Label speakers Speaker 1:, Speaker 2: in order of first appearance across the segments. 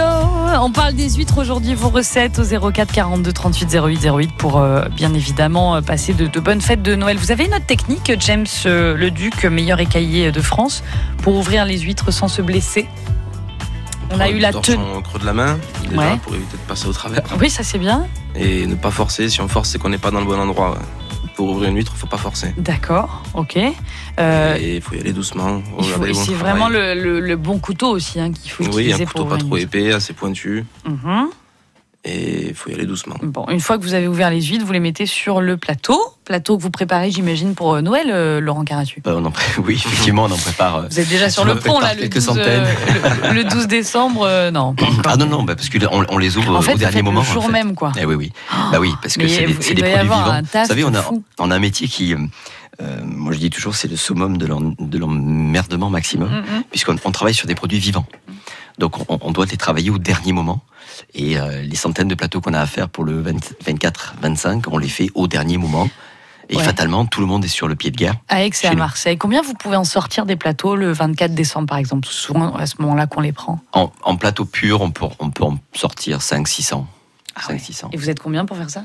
Speaker 1: On parle des huîtres aujourd'hui, vos recettes au 04 42 38 08 08 pour euh, bien évidemment euh, passer de, de bonnes fêtes de Noël. Vous avez une autre technique, James euh, le Duc, meilleur écaillé de France, pour ouvrir les huîtres sans se blesser On a eu la tenue.
Speaker 2: au creux de la main, déjà,
Speaker 1: Ouais.
Speaker 2: pour éviter de passer au travers.
Speaker 1: Oui, ça c'est bien.
Speaker 2: Et ne pas forcer. Si on force, c'est qu'on n'est pas dans le bon endroit. ouais. Pour ouvrir une huître, faut pas forcer.
Speaker 1: D'accord, ok. Euh,
Speaker 2: Et il faut y aller doucement.
Speaker 1: il faut-
Speaker 2: regarder où on
Speaker 1: c'est
Speaker 2: travaille.
Speaker 1: vraiment le, le- le bon couteau aussi hein, qu'il faut
Speaker 2: Oui,
Speaker 1: utiliser
Speaker 2: un
Speaker 1: pour
Speaker 2: couteau pas
Speaker 1: ouvrir une
Speaker 2: trop
Speaker 1: huître.
Speaker 2: épais, assez pointu.
Speaker 1: Mhm.
Speaker 2: Et il faut y aller doucement.
Speaker 1: Bon, une fois que vous avez ouvert les huîtres, vous les mettez sur le plateau. Plateau que vous préparez, j'imagine, pour euh, Noël, euh, Laurent Caratu.
Speaker 3: Bah, on en pré- Oui, effectivement, on en prépare. euh.
Speaker 1: Vous êtes déjà sur
Speaker 3: Je
Speaker 1: le
Speaker 3: me
Speaker 1: pont, là,
Speaker 3: prépare
Speaker 1: le
Speaker 3: quelques
Speaker 1: 12,
Speaker 3: centaines.
Speaker 1: euh, le, le 12 décembre. euh, non, pas encore.
Speaker 3: Ah non, non, bah, parce qu'on on les ouvre
Speaker 1: en fait,
Speaker 3: au
Speaker 1: vous
Speaker 3: dernier
Speaker 1: faites
Speaker 3: moment.
Speaker 1: le jour
Speaker 3: en fait.
Speaker 1: même, quoi.
Speaker 3: Eh oui, oui. Bah oui, parce que
Speaker 1: Mais
Speaker 3: c'est
Speaker 1: il
Speaker 3: des,
Speaker 1: doit
Speaker 3: c'est des
Speaker 1: y
Speaker 3: produits
Speaker 1: avoir
Speaker 3: vivants.
Speaker 1: un taf
Speaker 3: Vous savez, on
Speaker 1: de
Speaker 3: a,
Speaker 1: fou.
Speaker 3: on a un métier qui, euh, euh, moi je dis toujours, c'est le summum de l'en- de l'emmerdement maximum,
Speaker 1: Mm, mm.
Speaker 3: puisqu'on on travaille sur des produits vivants. Donc on, on doit les travailler au dernier moment. Et euh, les centaines de plateaux qu'on a à faire pour le 20 24, 25, on les fait au dernier moment. Et
Speaker 1: Ouais.
Speaker 3: fatalement, tout le monde est sur le pied de guerre.
Speaker 1: À Aix et
Speaker 3: Chez
Speaker 1: à
Speaker 3: nous.
Speaker 1: Ah, Marseille. Combien vous pouvez en sortir des plateaux le 24 décembre, par exemple C'est Souvent, à ce moment-là qu'on les prend.
Speaker 3: En, en plateau pur, on peut, on peut en sortir 5 600.
Speaker 1: Ah
Speaker 3: 5
Speaker 1: ouais.
Speaker 3: 600.
Speaker 1: Et vous êtes combien pour faire ça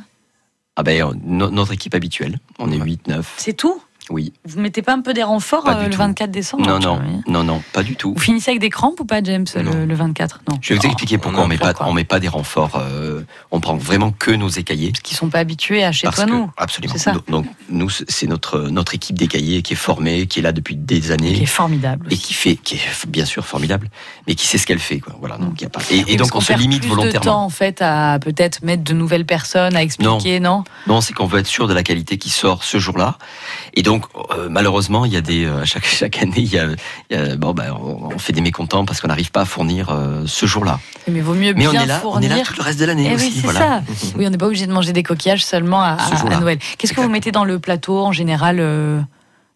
Speaker 3: Ah ben, euh, no- notre équipe habituelle, on est
Speaker 2: Ouais.
Speaker 3: 8 9.
Speaker 1: C'est tout
Speaker 3: Oui.
Speaker 1: Vous mettez pas un peu des renforts
Speaker 3: Pas du
Speaker 1: euh, le
Speaker 3: tout.
Speaker 1: 24 décembre
Speaker 3: Non
Speaker 1: tu
Speaker 3: non,
Speaker 1: vois, oui.
Speaker 3: non non, pas du tout.
Speaker 1: Vous finissez avec des crampes ou pas, James, le,
Speaker 2: Non.
Speaker 1: le 24 Non. Oh.
Speaker 3: Je vais vous expliquer pourquoi
Speaker 2: on
Speaker 3: on
Speaker 2: en
Speaker 3: met
Speaker 1: prend
Speaker 3: pas,
Speaker 1: quoi
Speaker 3: on met pas des renforts. euh, on prend vraiment que nos écaillés.
Speaker 1: Qui sont pas habitués à chez
Speaker 3: Parce
Speaker 1: toi,
Speaker 3: que-
Speaker 1: nous.
Speaker 3: absolument.
Speaker 1: C'est ça.
Speaker 3: Donc, donc, nous, c'est notre euh, notre équipe d'écaillés qui est formée, qui est là depuis des
Speaker 1: Qui est
Speaker 3: années
Speaker 1: formidable.
Speaker 3: et
Speaker 1: aussi.
Speaker 3: qui fait, qui est bien sûr formidable, mais qui sait ce qu'elle fait. Quoi. Voilà. Donc, il y a pas. Et, et
Speaker 1: Oui, parce
Speaker 3: donc,
Speaker 1: qu'on
Speaker 3: on se
Speaker 1: perd
Speaker 3: limite
Speaker 1: plus de
Speaker 3: volontairement.
Speaker 1: temps, en fait, à peut-être mettre de nouvelles personnes, à expliquer, non,
Speaker 3: Non, c'est qu'on veut être sûr de la qualité qui sort ce jour-là. Et donc, euh, malheureusement, il y a des euh, chaque chaque année, il y a, il y a- bon, ben, on, on fait des mécontents parce qu'on n'arrive pas à fournir euh, ce jour-là.
Speaker 1: Mais vaut mieux
Speaker 3: Mais
Speaker 1: bien
Speaker 3: on est là,
Speaker 1: fournir.
Speaker 3: on est là tout le reste de l'année
Speaker 1: Eh
Speaker 3: aussi.
Speaker 1: oui, c'est
Speaker 3: voilà.
Speaker 1: ça. Oui, on n'est pas obligé de manger des coquillages seulement à,
Speaker 3: Ce
Speaker 1: à- à
Speaker 3: jour-là.
Speaker 1: Noël. Qu'est-ce que vous
Speaker 3: Exactement.
Speaker 1: mettez dans le plateau en général, euh,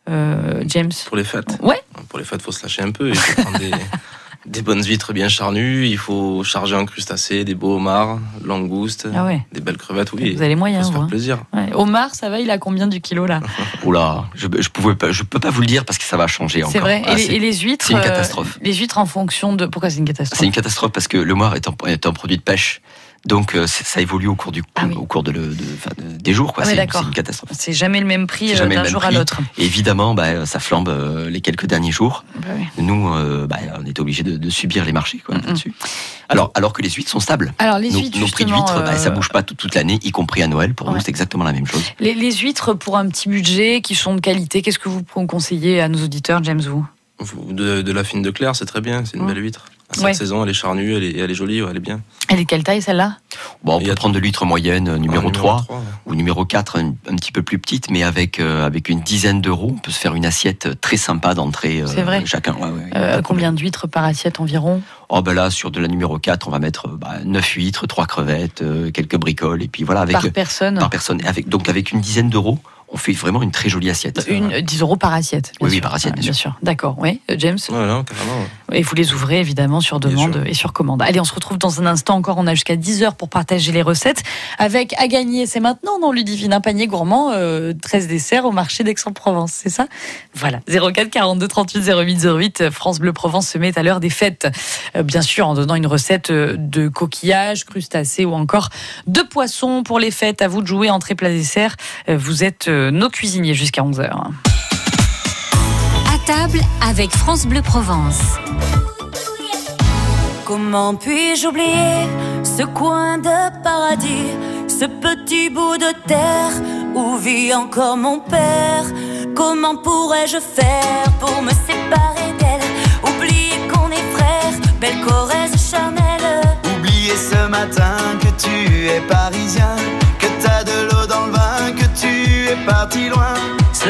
Speaker 1: euh, James
Speaker 2: Pour les fêtes.
Speaker 1: Ouais.
Speaker 2: Pour les fêtes, faut se lâcher un peu. Il faut prendre des, des bonnes huîtres bien charnues. Il faut charger en crustacés, des beaux homards, langoustes,
Speaker 1: Ah ouais.
Speaker 2: des belles crevettes. Oui,
Speaker 1: Vous avez les
Speaker 2: il faut
Speaker 1: moyens,
Speaker 2: se
Speaker 1: vous.
Speaker 2: faire
Speaker 1: hein.
Speaker 2: plaisir.
Speaker 1: Ouais. Omar, ça va, il a combien du kilo là
Speaker 3: Oula, je, je pouvais pas, je peux pas vous le dire parce que ça va changer encore.
Speaker 1: C'est vrai.
Speaker 3: Ah,
Speaker 1: et, les,
Speaker 3: c'est-
Speaker 1: et les huîtres
Speaker 3: c'est une
Speaker 1: euh,
Speaker 3: catastrophe.
Speaker 1: les huîtres en fonction de. Pourquoi c'est une
Speaker 3: c'est
Speaker 1: catastrophe
Speaker 3: une catastrophe parce que le moire est un, est un produit de pêche, donc euh, c'est- ça évolue au cours du
Speaker 1: Ah oui.
Speaker 3: au cours de le- de- enfin, de- des jours quoi.
Speaker 1: Ah oui,
Speaker 3: c'est une-
Speaker 1: d'accord.
Speaker 3: c'est une catastrophe.
Speaker 1: C'est jamais le même prix
Speaker 3: C'est
Speaker 1: euh,
Speaker 3: jamais le
Speaker 1: d'un
Speaker 3: même
Speaker 1: jour à
Speaker 3: prix.
Speaker 1: l'autre.
Speaker 3: Et évidemment, bah, euh, ça flambe euh, les quelques derniers jours.
Speaker 1: Bah oui.
Speaker 3: Nous, euh, bah, on est obligé de, de subir les marchés quoi,
Speaker 1: Mm-mm.
Speaker 3: là-dessus. Alors, alors que les huîtres sont stables.
Speaker 1: Alors les
Speaker 3: nos,
Speaker 1: huîtres,
Speaker 3: nos prix de
Speaker 1: justement,
Speaker 3: huîtres, bah, ça
Speaker 1: euh,
Speaker 3: bouge pas tout- toute l'année, y compris à Noël. Pour
Speaker 1: Ouais.
Speaker 3: nous, c'est exactement la même chose.
Speaker 1: Les, les huîtres pour un petit budget qui sont de qualité, qu'est-ce que vous conseillez à nos auditeurs, James Wu
Speaker 2: Vous- De, de la fine de Claire, c'est très bien. C'est une
Speaker 1: Mm.
Speaker 2: belle huître. À cette
Speaker 1: Ouais.
Speaker 2: saison, elle est charnue, elle est, elle est jolie, ouais, elle est bien.
Speaker 1: Elle est de quelle taille celle-là
Speaker 3: Bon, on
Speaker 2: Et
Speaker 3: peut
Speaker 2: à-
Speaker 3: prendre de l'huître moyenne euh, numéro,
Speaker 2: En
Speaker 3: 3
Speaker 2: 3, ouais.
Speaker 3: ou numéro 4 un, un petit peu plus petite, mais avec, euh, avec une dizaine d'euros, on peut se faire une assiette très sympa d'entrée euh,
Speaker 1: C'est vrai.
Speaker 3: chacun. Ouais, ouais, ouais,
Speaker 1: Euh,
Speaker 3: pas de problème.
Speaker 1: Combien d'huîtres par assiette environ
Speaker 3: Oh ben là, sur de la numéro 4, on va mettre euh, bah, 9 huîtres, 3 crevettes, euh, quelques bricoles, et puis voilà, avec, euh,
Speaker 1: Par personne
Speaker 3: par personne. Et Avec, donc avec une dizaine d'euros, on fait vraiment une très jolie assiette.
Speaker 1: une, euh, 10 euros par assiette. bien
Speaker 3: Oui, oui,
Speaker 1: sûr.
Speaker 3: par assiette,
Speaker 1: Ouais,
Speaker 3: bien
Speaker 1: D'accord, oui, Euh, James.
Speaker 2: Ouais, non, carrément. ouais.
Speaker 1: Et vous les ouvrez évidemment sur
Speaker 2: Bien
Speaker 1: demande
Speaker 2: sûr.
Speaker 1: et sur commande. Allez, on se retrouve dans un instant encore. On a jusqu'à 10h pour partager les recettes avec à gagner. C'est maintenant, non, Ludivine, un panier gourmand, euh, 13 desserts au marché d'Aix-en-Provence, c'est ça Voilà. 04 42 38 08 08. France Bleu Provence se met à l'heure des fêtes. Euh, bien sûr, en donnant une recette euh, de coquillages, crustacés ou encore de poissons pour les fêtes. À vous de jouer entrée plat dessert. Euh, Vous êtes euh, nos cuisiniers jusqu'à 11h.
Speaker 4: À table avec France Bleu Provence.
Speaker 5: Comment puis-je oublier ce coin de paradis, ce petit bout de terre où vit encore mon père Comment pourrais-je faire pour me séparer d'elle Oublier qu'on est frères, belle Corrèze charnelle.
Speaker 6: Oubliez ce matin que tu es parisien, que t'as de l'eau dans le vin, que tu es parti loin.
Speaker 7: Ce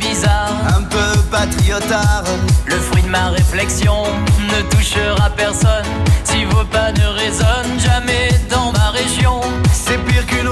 Speaker 7: bizarre,
Speaker 6: Un peu patriotard,
Speaker 7: le fruit de ma réflexion ne touchera personne, si vos pas ne résonnent jamais dans ma région.
Speaker 6: c'est pire qu'une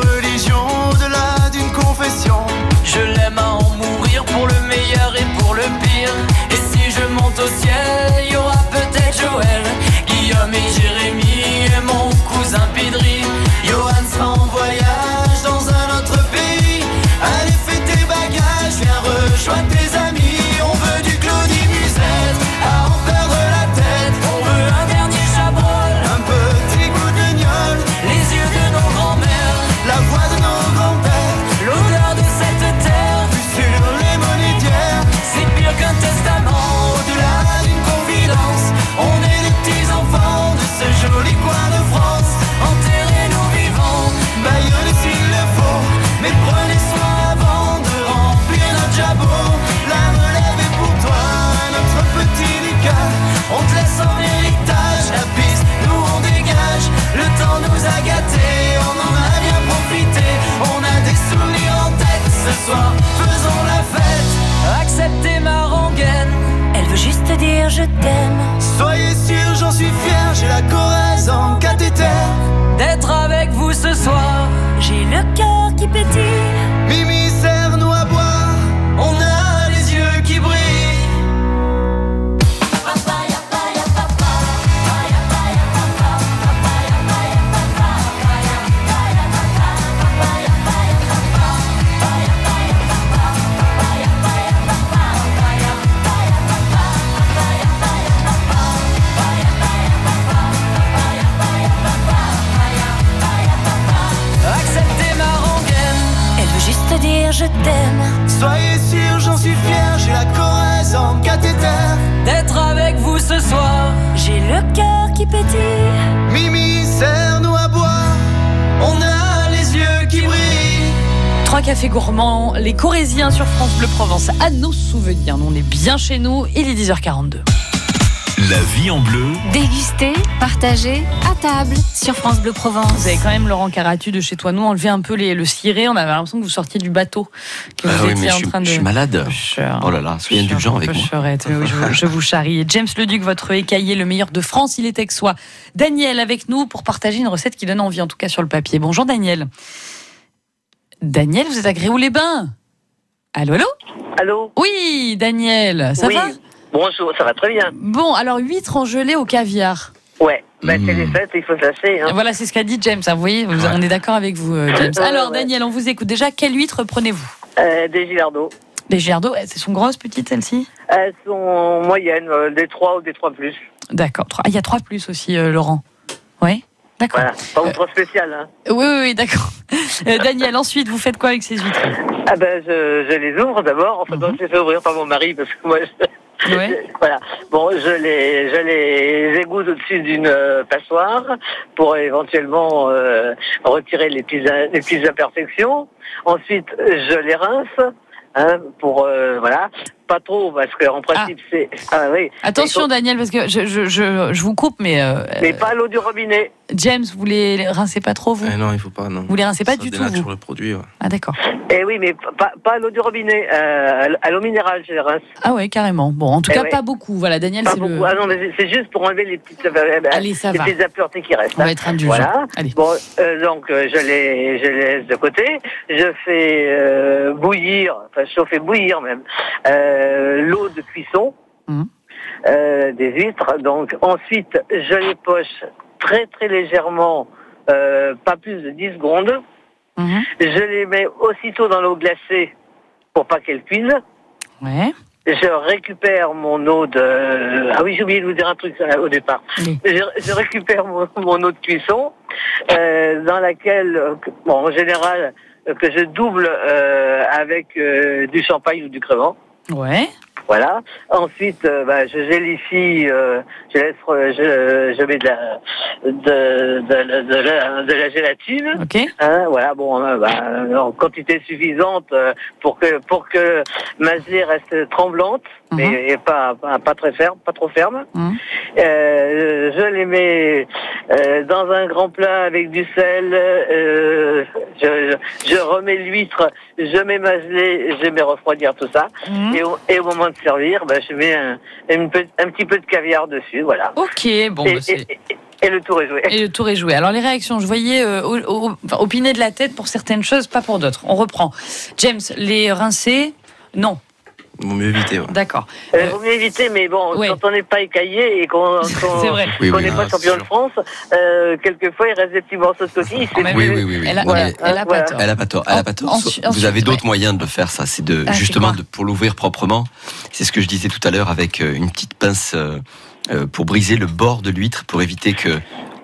Speaker 5: fier, je t'aime.
Speaker 6: Soyez sûrs, j'en suis fier, j'ai la Corrèze en cathéter.
Speaker 7: d'être avec vous ce soir.
Speaker 5: J'ai le cœur qui pétille.
Speaker 6: Mimi, serre-nous à boire, on a les yeux qui brillent.
Speaker 1: Trois cafés gourmands, les Corésiens sur France Bleu Provence, à nos souvenirs. Nous, On est bien chez nous, il est 10h42.
Speaker 8: La vie en bleu.
Speaker 4: Déguster, partager, à table sur France Bleu Provence.
Speaker 1: Vous avez quand même, Laurent Caratu, de chez toi, nous, enlevé un peu les- le ciré. On avait l'impression que vous sortiez du bateau. Que
Speaker 3: Ah
Speaker 1: vous
Speaker 3: oui,
Speaker 1: étiez
Speaker 3: mais je
Speaker 1: en
Speaker 3: suis,
Speaker 1: train de.
Speaker 3: je suis malade.
Speaker 1: Pêcheur.
Speaker 3: Oh là là, soyez indulgent avec moi.
Speaker 1: Pêcherette, oui, je, vous- je vous charrie. Et James Leduc, votre écaillé, le meilleur de France, il est aixois. Daniel avec nous pour partager une recette qui donne envie, en tout cas sur le papier. Bonjour Daniel. Daniel, vous êtes à Gréoux-les-Bains Allô, allô
Speaker 9: Allô
Speaker 1: Oui, Daniel, ça
Speaker 9: Oui.
Speaker 1: va
Speaker 9: Bonjour, ça va très bien.
Speaker 1: Bon, alors huîtres en gelée au caviar.
Speaker 9: Ouais, bah,
Speaker 3: Mm.
Speaker 9: c'est les fêtes, il faut se lâcher. Hein.
Speaker 1: Voilà, c'est ce qu'a dit James. hein, vous voyez, vous-
Speaker 3: Ouais.
Speaker 1: on est d'accord avec vous, euh, James.
Speaker 9: Ouais,
Speaker 1: Alors,
Speaker 9: ouais.
Speaker 1: Daniel, on vous écoute. Déjà, quelle huître prenez-vous
Speaker 9: Euh, des gilardos.
Speaker 1: Les gerdos, d'eau, elles sont grosses, petites, celles-ci
Speaker 9: Elles sont moyennes, euh, des 3 ou des 3 plus.
Speaker 1: D'accord. trois- Ah, il y a trois plus aussi, euh, Laurent. Oui D'accord.
Speaker 9: Voilà, pas outre spécial. Hein.
Speaker 1: Oui, oui, oui, d'accord. Euh, Daniel, ensuite, vous faites quoi avec ces huîtres
Speaker 9: Ah ben, je, je les ouvre d'abord. Enfin, non, je les fais ouvrir par mon mari parce que moi, je-
Speaker 1: Ouais.
Speaker 9: voilà. Bon, je les, je les égoutte au-dessus d'une euh, passoire pour éventuellement euh, retirer les petites, in- les petites imperfections. Ensuite, je les rince. Hein, pour euh, voilà pas trop parce que en principe c'est ah oui
Speaker 1: Attention, Daniel, parce que je, je, je, je vous coupe, mais euh,
Speaker 9: mais pas l'eau du robinet
Speaker 1: James, vous les rincez pas trop, vous
Speaker 2: Eh non, il faut pas, non.
Speaker 1: Vous les rincez pas
Speaker 2: Ça
Speaker 1: du tout,
Speaker 2: dénature
Speaker 1: vous
Speaker 2: le produit. ouais.
Speaker 1: Ah, d'accord.
Speaker 9: Eh oui, mais pa- pas, pas à l'eau du robinet, euh, à l- à l'eau minérale, je les rince.
Speaker 1: Ah, ouais, carrément. Bon, en tout
Speaker 9: Eh
Speaker 1: cas,
Speaker 9: ouais.
Speaker 1: pas beaucoup. Voilà, Daniel,
Speaker 9: Pas
Speaker 1: c'est
Speaker 9: beaucoup.
Speaker 1: le.
Speaker 9: Ah non, mais c'est- c'est juste pour enlever les petites, euh,
Speaker 1: Allez, ça
Speaker 9: les
Speaker 1: va.
Speaker 9: petites impuretés qui restent.
Speaker 1: On va
Speaker 9: hein.
Speaker 1: être indulgent.
Speaker 9: Voilà.
Speaker 1: Allez.
Speaker 9: Bon, euh, donc euh, je les, je les laisse de côté. Je fais euh, bouillir, enfin chauffer bouillir même, euh, l'eau de cuisson
Speaker 1: Mhm.
Speaker 9: euh, des huîtres. Donc ensuite, je les poche très très légèrement, euh, pas plus de 10 secondes.
Speaker 1: Mhm.
Speaker 9: Je les mets aussitôt dans l'eau glacée pour pas qu'elles cuisent.
Speaker 1: Ouais.
Speaker 9: Je récupère mon eau de... Ah oui, j'ai oublié de vous dire un truc ça, au départ.
Speaker 1: Oui.
Speaker 9: Je, je récupère mon, mon eau de cuisson, euh, dans laquelle, euh, que- bon, en général, euh, que je double euh, avec euh, du champagne ou du crevant.
Speaker 1: Ouais.
Speaker 9: Voilà. Ensuite, euh, bah, je gélifie, euh, je laisse, euh, je, je mets de la, de, de, la- de la, de la gélatine.
Speaker 1: Ok.
Speaker 9: Hein, voilà, bon, euh, bah, en quantité suffisante euh, pour que pour que ma gelée reste tremblante,
Speaker 1: Mhm.
Speaker 9: mais et pas, pas pas très ferme, pas trop ferme.
Speaker 1: Mhm.
Speaker 9: Euh, je les mets euh, dans un grand plat avec du sel. euh, je, je, je remets l'huître, je mets ma gelée, je mets refroidir tout ça.
Speaker 1: Mhm.
Speaker 9: Et, au, et au moment de servir, bah, je mets un, une pe- un petit peu de caviar dessus, voilà.
Speaker 1: Ok, bon,
Speaker 9: et,
Speaker 1: bah, c'est.
Speaker 9: et- et- et le tour est joué.
Speaker 1: Et le tour est joué. Alors les réactions, je voyais euh, au- au- enfin, opiner de la tête pour certaines choses, pas pour d'autres. On reprend. James, les rincer Non,
Speaker 2: Il vaut mieux éviter. ouais.
Speaker 1: d'accord.
Speaker 9: Euh, vaut mieux éviter, mais bon,
Speaker 1: ouais.
Speaker 9: quand on n'est pas écaillé et qu'on qu'on-
Speaker 1: C'est vrai.
Speaker 3: Oui,
Speaker 9: qu'on
Speaker 3: oui,
Speaker 9: n'est
Speaker 3: non,
Speaker 9: pas
Speaker 2: c'est
Speaker 9: champion de
Speaker 2: sûr.
Speaker 9: France, euh, quelquefois il reste des petits morceaux de coquille.
Speaker 1: En même-
Speaker 3: Oui, oui, oui, oui.
Speaker 1: Elle a,
Speaker 3: Non, mais
Speaker 1: elle- elle a pas
Speaker 9: Voilà.
Speaker 1: tort.
Speaker 3: Elle a pas tort. Elle a pas
Speaker 1: En-
Speaker 3: tort. Sauf-
Speaker 1: ensuite,
Speaker 3: vous avez d'autres
Speaker 1: ouais.
Speaker 3: moyens de le faire, ça. C'est de
Speaker 1: Ah, c'est
Speaker 3: justement
Speaker 1: quoi
Speaker 3: de, pour l'ouvrir proprement. C'est ce que je disais tout à l'heure avec euh, une petite pince euh, euh, pour briser le bord de l'huître pour éviter que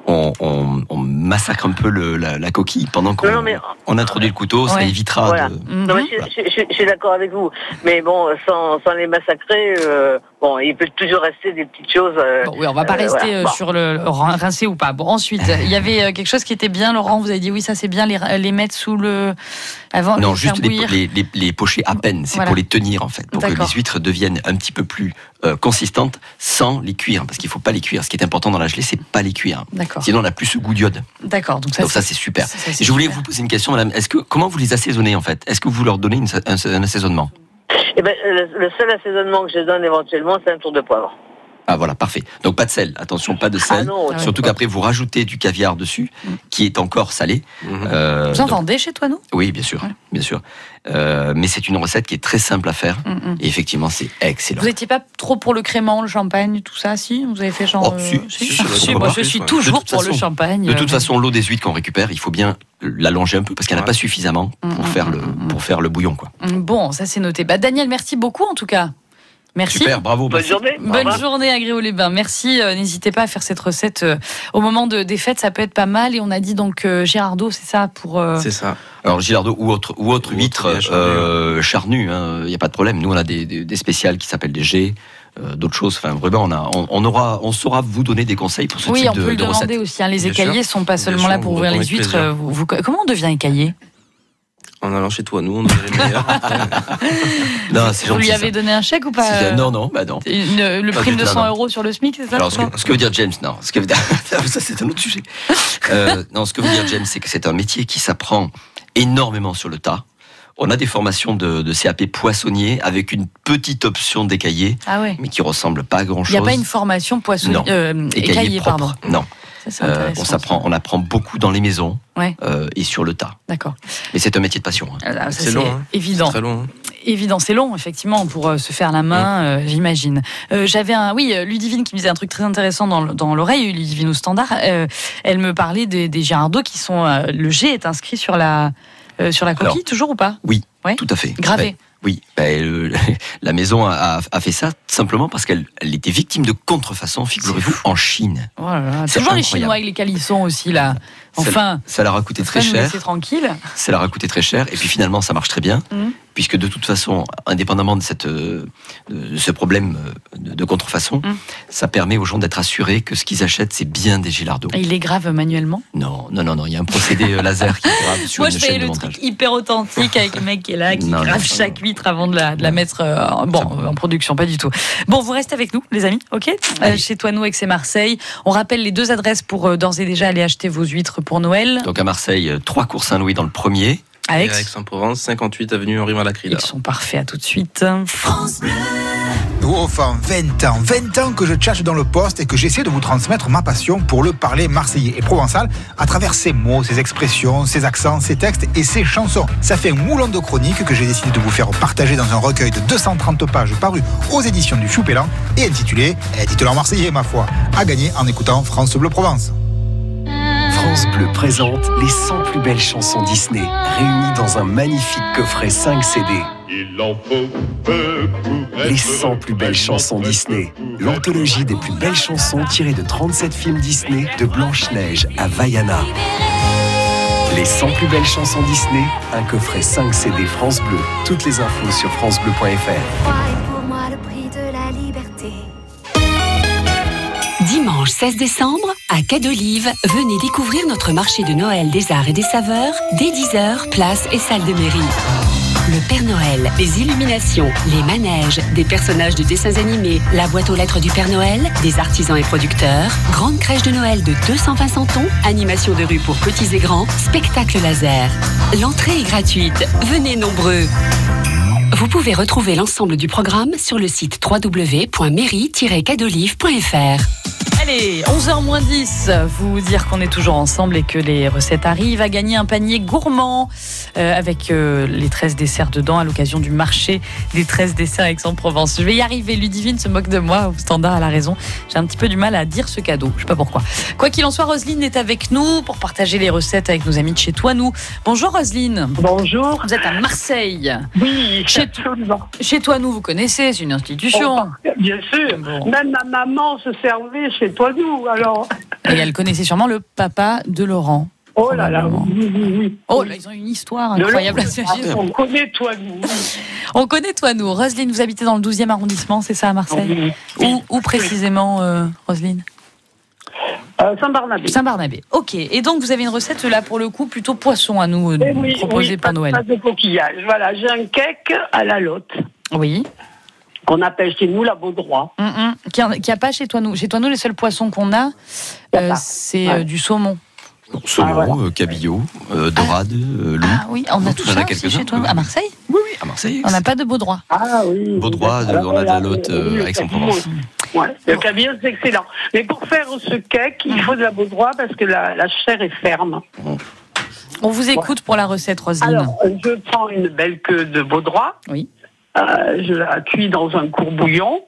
Speaker 3: on, on- on massacre un peu le- la, la coquille pendant qu'on
Speaker 9: Non, non, mais,
Speaker 1: Mhm.
Speaker 3: on introduit le couteau. Ça
Speaker 1: Ouais.
Speaker 3: évitera.
Speaker 9: Voilà.
Speaker 3: de-
Speaker 1: Mhm.
Speaker 9: non, mais je, je- je- je suis d'accord avec vous, mais bon, sans, sans les massacrer, euh, bon, il peut toujours rester des petites choses. euh,
Speaker 1: Bon, oui, on va pas
Speaker 9: Euh,
Speaker 1: rester
Speaker 9: voilà.
Speaker 1: euh,
Speaker 9: Bon.
Speaker 1: sur le le rin- rincer ou pas. Bon, ensuite, il y avait euh, quelque chose qui était bien, Laurent. Vous avez dit oui, ça c'est bien, les, euh, les mettre sous le. avant
Speaker 3: Non,
Speaker 1: les faire
Speaker 3: juste les,
Speaker 1: bouillir.
Speaker 3: les, les- les pocher à peine. C'est
Speaker 1: Voilà.
Speaker 3: pour les tenir en fait, pour que
Speaker 1: D'accord.
Speaker 3: les huîtres deviennent un petit peu plus euh, consistantes sans les cuire, parce qu'il faut pas les cuire. Ce qui est important dans la gelée, c'est pas les cuire.
Speaker 1: D'accord.
Speaker 3: Sinon, on a plus ce goût d'iode.
Speaker 1: D'accord. Donc ça,
Speaker 3: Donc ça, c'est super.
Speaker 1: ça, c'est
Speaker 3: Et Je voulais
Speaker 1: super.
Speaker 3: vous poser une question, madame. Est-ce que comment vous les assaisonnez en fait Est-ce que vous leur donnez une- un, un assaisonnement
Speaker 9: Eh ben, le, le seul assaisonnement que je donne éventuellement, c'est un tour de poivre.
Speaker 3: Ah voilà, parfait. Donc pas de sel. Attention, pas de
Speaker 9: Ah
Speaker 3: sel.
Speaker 9: non,
Speaker 1: Ah ouais. Mm.
Speaker 3: Surtout qu'après vous rajoutez du caviar dessus, qui est encore salé.
Speaker 2: Mhm.
Speaker 3: Euh,
Speaker 1: Vous en
Speaker 3: donc-
Speaker 1: vendez chez toi, non
Speaker 3: oui, bien sûr,
Speaker 1: Ouais.
Speaker 3: bien sûr. Euh, mais c'est une recette qui est très simple à faire.
Speaker 1: Mhm.
Speaker 3: Et effectivement, c'est excellent.
Speaker 1: Vous n'étiez pas trop pour le crément, le champagne, tout ça, si Vous avez fait genre.
Speaker 3: Oh,
Speaker 1: euh,
Speaker 3: si, si, je suis
Speaker 1: moi je
Speaker 2: d'accord.
Speaker 1: suis
Speaker 2: De
Speaker 1: toujours
Speaker 3: toute
Speaker 1: pour le
Speaker 3: façon-
Speaker 1: champagne.
Speaker 3: De
Speaker 1: euh,
Speaker 3: toute façon, l'eau des huîtres qu'on récupère, il faut bien l'allonger un peu parce qu'il n'y en a
Speaker 2: Ouais.
Speaker 3: pas suffisamment
Speaker 1: Mhm,
Speaker 3: pour faire le
Speaker 1: mhm, mhm.
Speaker 3: pour faire le bouillon quoi.
Speaker 1: Bon, ça c'est noté. Bah, Daniel, merci beaucoup en tout cas. Merci.
Speaker 3: Super, bravo.
Speaker 9: Bonne
Speaker 3: Bastien.
Speaker 9: journée. Au
Speaker 1: Bonne
Speaker 9: revoir.
Speaker 1: journée à Gréau les Bains. Merci. Euh, N'hésitez pas à faire cette recette euh, au moment de, des fêtes, ça peut être pas mal. Et on a dit donc euh, Gérardo, c'est ça pour. euh,
Speaker 2: C'est ça.
Speaker 3: Alors Gilardo ou autre ou autre
Speaker 2: Ou autre
Speaker 3: huître
Speaker 2: bien charnue,
Speaker 3: euh, charnue, il n'y a pas de problème. Nous on a des, des, des spéciales qui s'appellent des G, euh, d'autres choses. Enfin vraiment on a on, on aura on saura vous donner des conseils pour ce
Speaker 1: Oui,
Speaker 3: type
Speaker 1: on
Speaker 3: de,
Speaker 1: peut le
Speaker 3: de recette.
Speaker 1: demander aussi. hein. Les
Speaker 2: Bien
Speaker 1: écaillers sont pas
Speaker 2: Bien
Speaker 1: seulement
Speaker 2: sûr,
Speaker 1: là
Speaker 2: on
Speaker 1: pour
Speaker 2: vous
Speaker 1: ouvrir
Speaker 2: répond
Speaker 1: les
Speaker 2: avec
Speaker 1: huîtres.
Speaker 2: plaisir.
Speaker 1: euh, vous- vous- comment on devient écaillé
Speaker 2: En allant chez toi, nous, on devrait les meilleurs.
Speaker 3: Non, c'est
Speaker 1: Vous
Speaker 3: gentil.
Speaker 1: lui
Speaker 3: ça.
Speaker 1: avez donné un chèque ou pas
Speaker 3: C'est-
Speaker 1: euh,
Speaker 3: Non non bah non.
Speaker 1: une- euh, le
Speaker 3: Pas
Speaker 1: prime
Speaker 3: du
Speaker 1: de
Speaker 3: tout,
Speaker 1: 100
Speaker 3: non.
Speaker 1: euros sur le SMIC, c'est ça
Speaker 3: Alors, ce
Speaker 1: non
Speaker 3: que, ce que veut dire James, non, ce que veut dire, ça c'est un autre sujet. Euh, non, ce que veut dire James, c'est que c'est un métier qui s'apprend énormément sur le tas. On a des formations de, de CAP poissonnier avec une petite option d'écaillé,
Speaker 1: Ah ouais.
Speaker 3: mais qui ressemble pas à grand
Speaker 1: Il
Speaker 3: chose.
Speaker 1: n'y a pas une formation poisson
Speaker 3: Non.
Speaker 1: euh, écaillée, pardon.
Speaker 3: Non,
Speaker 1: Ça, c'est
Speaker 3: Euh,
Speaker 1: intéressant,
Speaker 3: on s'apprend, on apprend beaucoup dans les maisons
Speaker 1: Ouais.
Speaker 3: euh, et sur le tas.
Speaker 1: ça. D'accord.
Speaker 3: Mais c'est un métier de passion. hein.
Speaker 1: Ah, ça,
Speaker 2: C'est long, hein.
Speaker 1: Évident.
Speaker 2: Très long. hein.
Speaker 1: Évident, c'est long, effectivement, pour euh, se faire la main,
Speaker 3: Mmh.
Speaker 1: euh, j'imagine. Euh, J'avais un. Oui, euh, Ludivine qui me disait un truc très intéressant dans, le- dans l'oreille, Ludivine au standard. euh, elle me parlait des, des Girardeaux qui sont. euh, le G est inscrit sur la, euh, sur la coquille,
Speaker 3: Alors.
Speaker 1: toujours ou pas Ouais.
Speaker 3: Tout à fait.
Speaker 1: Gravé.
Speaker 3: Ouais. Oui, Ben, le- la maison a, a fait ça simplement parce qu'elle elle était victime de contrefaçon, figurez-vous, en Chine.
Speaker 1: Oh là là,
Speaker 3: C'est
Speaker 1: Toujours les
Speaker 3: incroyable.
Speaker 1: Chinois avec les calissons aussi, là.
Speaker 3: C'est-
Speaker 1: Enfin.
Speaker 3: Ça leur a coûté très
Speaker 1: enfin, nous
Speaker 3: cher.
Speaker 1: laisser tranquille.
Speaker 3: Ça leur a coûté très cher. Et puis finalement, ça marche très bien.
Speaker 1: Mhm.
Speaker 3: Puisque de toute façon, indépendamment de, cette, euh, de ce problème euh, de, de contrefaçon,
Speaker 1: Mhm.
Speaker 3: ça permet aux gens d'être assurés que ce qu'ils achètent, c'est bien des gilardos.
Speaker 1: Et il les grave manuellement.
Speaker 3: Non, non, non, non. Il y a un procédé euh, laser qui grave sur
Speaker 1: Moi,
Speaker 3: une
Speaker 1: je
Speaker 3: chaîne
Speaker 1: voyais
Speaker 3: de
Speaker 1: le
Speaker 3: montage.
Speaker 1: truc hyper authentique avec le mec qui est là, qui
Speaker 3: Non, non,
Speaker 1: grave
Speaker 3: non.
Speaker 1: chaque huître avant de la, de la mettre euh, en- bon, en production, pas du tout. Bon, vous restez avec nous, les amis, ok euh, Chez Toineau et c'est Marseille. On rappelle les deux adresses pour euh, d'ores et déjà aller acheter vos huîtres pour Noël.
Speaker 3: Donc à Marseille, euh, trois cours Saint-Louis dans le premier.
Speaker 1: À
Speaker 2: Et
Speaker 1: Aix.
Speaker 2: à Aix-en-Provence, 58 avenue Henri Malacrida.
Speaker 1: Ils sont parfaits, à tout de suite.
Speaker 10: Oh, enfin, 20 ans, 20 ans que je cherche dans le poste et que j'essaie de vous transmettre ma passion pour le parler marseillais et provençal à travers ses mots, ses expressions, ses accents, ses textes et ses chansons. Ça fait un moulon de chroniques que j'ai décidé de vous faire partager dans un recueil de 230 pages paru aux éditions du Choupélan et intitulé eh, Dites-le en marseillais, ma foi, à gagner en écoutant France Bleu Provence.
Speaker 11: France Bleu présente les 100 plus belles chansons Disney, réunies dans un magnifique coffret 5 CD. Les 100 plus belles chansons Disney, l'anthologie des plus belles chansons tirées de 37 films Disney, de Blanche-Neige à Vaiana. Les 100 plus belles chansons Disney, un coffret 5 CD France Bleu. Toutes les infos sur francebleu.fr.
Speaker 4: pour moi le prix de la liberté.
Speaker 5: Dimanche 16 décembre, à Cadolive, venez découvrir notre marché de Noël des arts et des saveurs dès 10h, place et salle de mairie. Le Père Noël, les illuminations, les manèges, des personnages de dessins animés, la boîte aux lettres du Père Noël, des artisans et producteurs, grande crèche de Noël de 220 centons, animation de rue pour petits et grands, spectacle laser. L'entrée est gratuite, venez nombreux. Vous pouvez retrouver l'ensemble du programme sur le site www.mairie-cadolive.fr.
Speaker 1: Allez, 11h moins 10, vous dire qu'on est toujours ensemble et que les recettes arrivent à gagner un panier gourmand euh, avec euh, les 13 desserts dedans à l'occasion du marché des 13 desserts Aix-en-Provence. Je vais y arriver, Ludivine se moque de moi, au standard à la raison. J'ai un petit peu du mal à dire ce cadeau, je sais pas pourquoi. Quoi qu'il en soit, Roselyne est avec nous pour partager les recettes avec nos amis de chez toi, nous. Bonjour Roselyne,
Speaker 9: Bonjour.
Speaker 1: vous êtes à Marseille.
Speaker 9: Oui,
Speaker 1: Chez-
Speaker 9: absolument.
Speaker 1: Chez toi, nous, vous connaissez, c'est une institution.
Speaker 9: Bien sûr.
Speaker 1: Bon.
Speaker 9: Même ma maman se servait chez toi, nous. Alors,
Speaker 1: Et elle connaissait sûrement le papa de Laurent.
Speaker 9: oh là là. oui, oui, oui, oui.
Speaker 1: Oh là, ils ont une histoire
Speaker 9: De
Speaker 1: incroyable.
Speaker 9: l'autre, On connaît toi, nous.
Speaker 1: On connaît toi, nous. Roselyne, vous habitez dans le 12e arrondissement, c'est ça, à Marseille Où, où précisément, euh, Roselyne
Speaker 9: Euh, Saint-Barnabé.
Speaker 1: Saint-Barnabé. Ok. Et donc, vous avez une recette, là, pour le coup, plutôt poisson à nous euh,
Speaker 9: Eh oui,
Speaker 1: proposer
Speaker 9: oui,
Speaker 1: pour
Speaker 9: pas-
Speaker 1: Noël.
Speaker 9: Pas de coquillage. Voilà, j'ai un cake à la lotte
Speaker 1: Oui.
Speaker 9: qu'on appelle chez nous la Baudroie.
Speaker 1: Hum, hum. Qui en- qui a pas chez toi, nous. Chez toi, nous, les seuls poissons qu'on a,
Speaker 9: Y a
Speaker 1: euh,
Speaker 9: pas.
Speaker 1: c'est
Speaker 9: Ouais.
Speaker 1: euh, du saumon.
Speaker 3: Saumon,
Speaker 9: Ah, voilà.
Speaker 3: euh, cabillaud, euh, dorade,
Speaker 2: Mmh.
Speaker 3: euh, loup.
Speaker 1: Ah oui, on a
Speaker 3: Oui,
Speaker 1: tout
Speaker 3: on en a
Speaker 1: ça aussi
Speaker 3: quelques-uns.
Speaker 1: chez toi, nous. à Marseille.
Speaker 3: Oui, oui,
Speaker 1: Ah,
Speaker 3: à
Speaker 1: bah,
Speaker 3: Marseille.
Speaker 1: On n'a pas de beau droit.
Speaker 9: Ah oui.
Speaker 3: Baudroie,
Speaker 9: Alors,
Speaker 3: on a de la
Speaker 9: voilà,
Speaker 3: lotte,
Speaker 9: oui,
Speaker 3: euh,
Speaker 9: oui, le
Speaker 3: Aix-en-Provence.
Speaker 9: cabillaud. Ouais, le cabillaud, c'est excellent. Mais pour faire ce cake, il faut de la Baudroie parce que la, la chair est ferme.
Speaker 1: On vous écoute pour la recette, Roselyne.
Speaker 9: Alors, euh, je prends une belle queue de Baudroie.
Speaker 1: Ah Oui.
Speaker 9: Euh, je la cuis dans un court bouillon.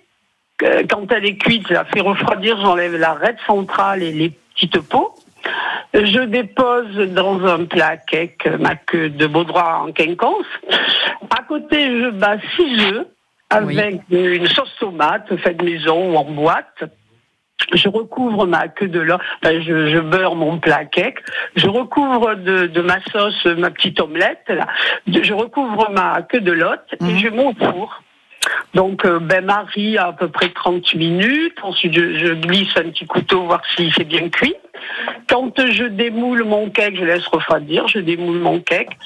Speaker 9: Euh, Quand elle est cuite, je la fais refroidir, j'enlève la raide centrale et les petites peaux. Je dépose dans un plat cake ma queue de Baudroie en quinconce. À côté, je bats six œufs
Speaker 12: avec une sauce tomate faite maison ou en boîte. Je recouvre ma queue de l'or, enfin, je, je beurre mon plat cake, je recouvre de, de ma sauce euh, ma petite omelette, là. De- je recouvre ma queue de lotte et je mets au four. Donc, euh, ben, Marie à peu près 30 minutes. Ensuite, je, je glisse un petit couteau, voir si c'est bien cuit. Quand je démoule mon cake, je laisse refroidir, je démoule mon cake.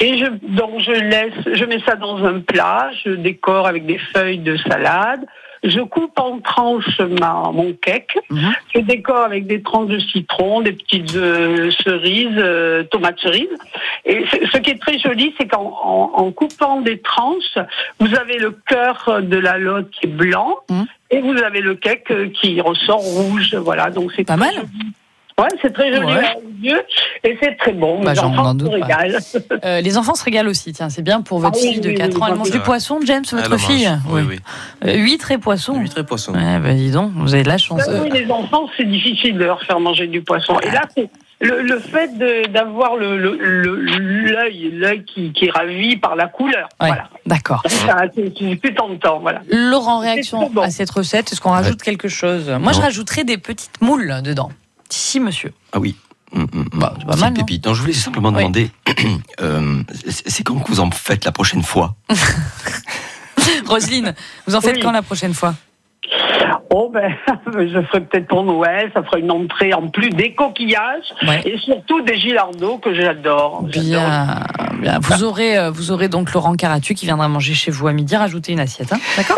Speaker 12: Et je, donc, je laisse, je mets ça dans un plat, je décore avec des feuilles de salade. Je coupe en tranches ma, mon cake. Je décore avec des tranches de citron, des petites euh, cerises, euh, tomates cerises. Et ce, ce qui est très joli, c'est qu'en en- en coupant des tranches, vous avez le cœur de la lotte qui est blanc et vous avez le cake euh, qui ressort rouge. Voilà, donc c'est pas mal. Ouais, c'est très joli
Speaker 1: Ouais.
Speaker 12: à vos yeux et c'est très bon.
Speaker 1: Bah,
Speaker 12: Mes
Speaker 1: j'en-
Speaker 12: enfants
Speaker 1: j'en doute
Speaker 12: se
Speaker 1: pas.
Speaker 12: régalent.
Speaker 1: Euh, les enfants se régalent aussi, tiens, c'est bien pour votre
Speaker 12: Ah oui,
Speaker 1: fille de
Speaker 12: oui,
Speaker 1: 4
Speaker 12: oui,
Speaker 1: ans. Elle
Speaker 12: oui,
Speaker 1: mange
Speaker 12: oui.
Speaker 1: du poisson, James, votre
Speaker 2: Elle en mange,
Speaker 1: fille
Speaker 2: oui, oui.
Speaker 1: Euh, Huîtres et poissons.
Speaker 2: Huîtres et poissons.
Speaker 1: Ouais, bah dis donc, vous avez de la chance.
Speaker 12: Ah oui, les enfants, c'est difficile de leur faire manger du poisson. Et là, c'est le, le fait de- d'avoir le- le- le- l'œil l'œil qui, qui est ravi par la couleur. Voilà.
Speaker 1: D'accord.
Speaker 12: Ça, C'est c'est plus tentant. Voilà.
Speaker 1: Laurent, réaction à cette recette, est-ce qu'on rajoute quelque chose Moi, je
Speaker 3: Non.
Speaker 1: rajouterais des petites moules dedans. Si, monsieur.
Speaker 3: Ah oui.
Speaker 1: c'est pas mal, non
Speaker 3: Bah, Pépite. Non, je voulais simplement
Speaker 1: Oui.
Speaker 3: demander, euh, c'est c'est quand que vous en faites la prochaine fois
Speaker 1: Roselyne, vous en faites quand la prochaine fois
Speaker 12: Oh ben, je ferai peut-être pour Noël, ça fera une entrée en plus des coquillages et surtout des gilardos que j'adore.
Speaker 1: Bien, bien. Vous aurez, euh, vous aurez donc Laurent Caratu qui viendra manger chez vous à midi. Rajoutez une assiette, hein, d'accord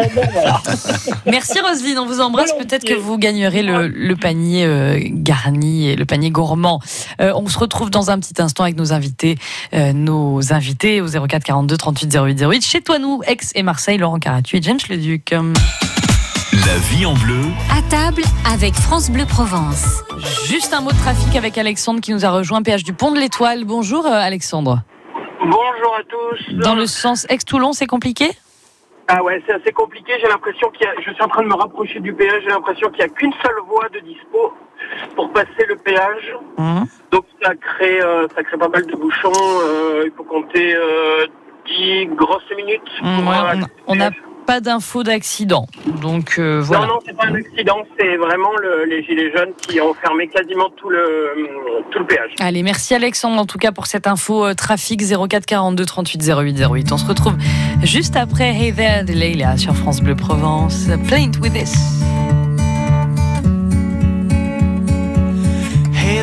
Speaker 1: Merci Roselyne, on vous embrasse. Peut-être que vous gagnerez le, le panier euh, garni et le panier gourmand. Euh, on se retrouve dans un petit instant avec nos invités, euh, nos invités au 04 42 38 08 08 chez toi nous, Aix et Marseille, Laurent Caratu et James Leduc. Hum,
Speaker 13: La vie en bleu.
Speaker 5: À table avec France Bleu Provence.
Speaker 1: Juste un mot de trafic avec Alexandre qui nous a rejoint, PH du Pont de l'Étoile. Bonjour euh, Alexandre.
Speaker 9: Bonjour à tous.
Speaker 1: Dans le sens Aix-Toulon, c'est compliqué
Speaker 9: Ah ouais, c'est assez compliqué. J'ai l'impression qu'il y a. Je suis en train de me rapprocher du péage. J'ai l'impression qu'il n'y a qu'une seule voie de dispo pour passer le péage. Donc ça crée, euh, ça crée pas mal de bouchons. Euh, il faut compter euh, 10 grosses minutes.
Speaker 1: Mm, ouais, on- on n'a pas d'infos d'accident. Donc euh, voilà.
Speaker 9: Non, non, c'est pas un accident. C'est vraiment le- les gilets jaunes qui ont fermé quasiment tout le tout le péage.
Speaker 1: Allez, merci Alexandre en tout cas pour cette info euh, trafic 04 42 38 08 08. On se retrouve juste après Hey There de Leila sur France Bleu Provence. Plaint with this.
Speaker 14: Hey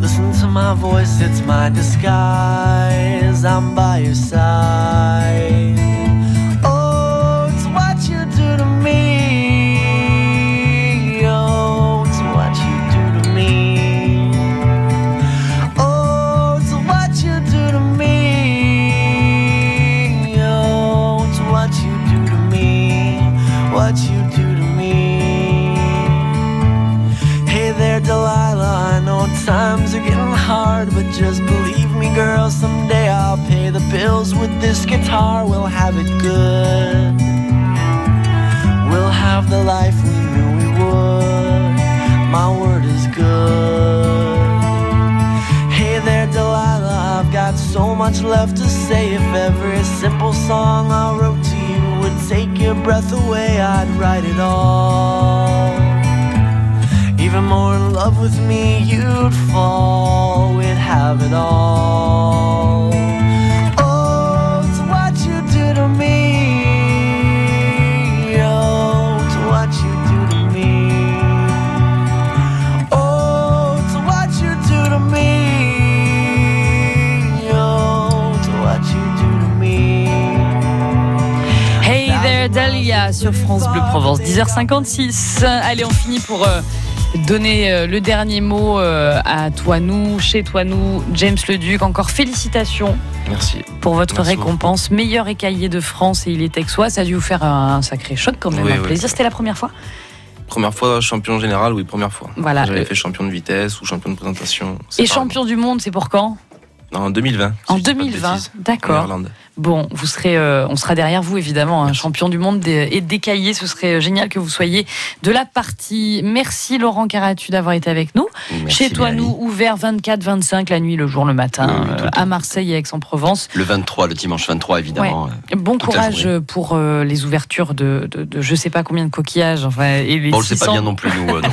Speaker 14: Listen to my voice, it's my disguise. I'm by your side. Oh, it's what you do to me. Oh, it's what you do to me. Oh, it's what you do to me. Oh, it's what you do to me. What you do to me. Hey there, Delilah. I know times are getting hard, but just believe me, girl. Someday I'll pay the bills with this guitar. We'll have it good. We'll have the life we knew we would. My word is good. Hey there, Delilah. I've got so much left to say. If every simple song I wrote to you would take your breath away, I'd write it all even more in love with me, you'd fall. We'd have it all. Oh, it's what you do to me. Oh, it's what you do to me. Oh, it's what you do to me. Oh, it's what you do to me.
Speaker 1: Hey there Dahlia sur France Bleu Provence 10h56. Allez, on finit pour euh, donner euh, le dernier mot euh, à Toinou, chez Toinou, James Leduc. Encore félicitations
Speaker 2: Merci.
Speaker 1: pour votre
Speaker 2: Merci
Speaker 1: récompense. Meilleur écaillé de France et il est texois. Ça a dû vous faire un sacré choc quand même,
Speaker 2: Oui,
Speaker 1: un
Speaker 2: oui.
Speaker 1: plaisir. C'était la première fois
Speaker 2: Première fois champion général, oui, première fois.
Speaker 1: Voilà.
Speaker 2: J'avais
Speaker 1: Euh,
Speaker 2: fait champion de vitesse ou champion de présentation. c'est
Speaker 1: Et
Speaker 2: pas-
Speaker 1: champion du monde, c'est pour quand
Speaker 2: Non, En 2020. si
Speaker 1: En
Speaker 2: je dis pas de
Speaker 1: 2020,
Speaker 2: bêtises, En
Speaker 1: d'accord.
Speaker 2: Irlande.
Speaker 1: Bon, vous serez, euh, on sera derrière vous évidemment, un champion du monde des- et décaillé. Ce serait euh, génial que vous soyez de la partie. Merci Laurent Caratu d'avoir été avec nous.
Speaker 3: Merci,
Speaker 1: Chez toi, nous, ouvert 24-25 la nuit, le jour, le matin,
Speaker 3: Oui, oui, tout
Speaker 1: euh, à Marseille et Aix-en-Provence.
Speaker 3: Le 23, le dimanche 23, évidemment.
Speaker 1: Ouais.
Speaker 3: euh,
Speaker 1: Bon
Speaker 3: toute la
Speaker 1: courage
Speaker 3: journée.
Speaker 1: euh, pour euh, les ouvertures de, de, de je sais pas combien de coquillages. Enfin, et les
Speaker 3: Bon, on le sait pas
Speaker 1: 600
Speaker 3: bien non plus, nous. euh, donc.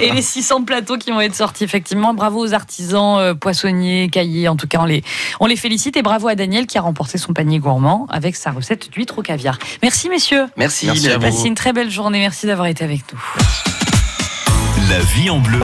Speaker 1: et les 600 plateaux qui vont être sortis, effectivement. Bravo aux artisans, euh, poissonniers, caillés. En tout cas, on les, on les félicite. Et bravo à Daniel qui a remporté son panier gourmand avec sa recette d'huître au caviar. Merci, messieurs.
Speaker 3: Merci, Merci à vous.
Speaker 1: Passez une très belle journée. Merci d'avoir été avec nous.
Speaker 8: La vie en bleu.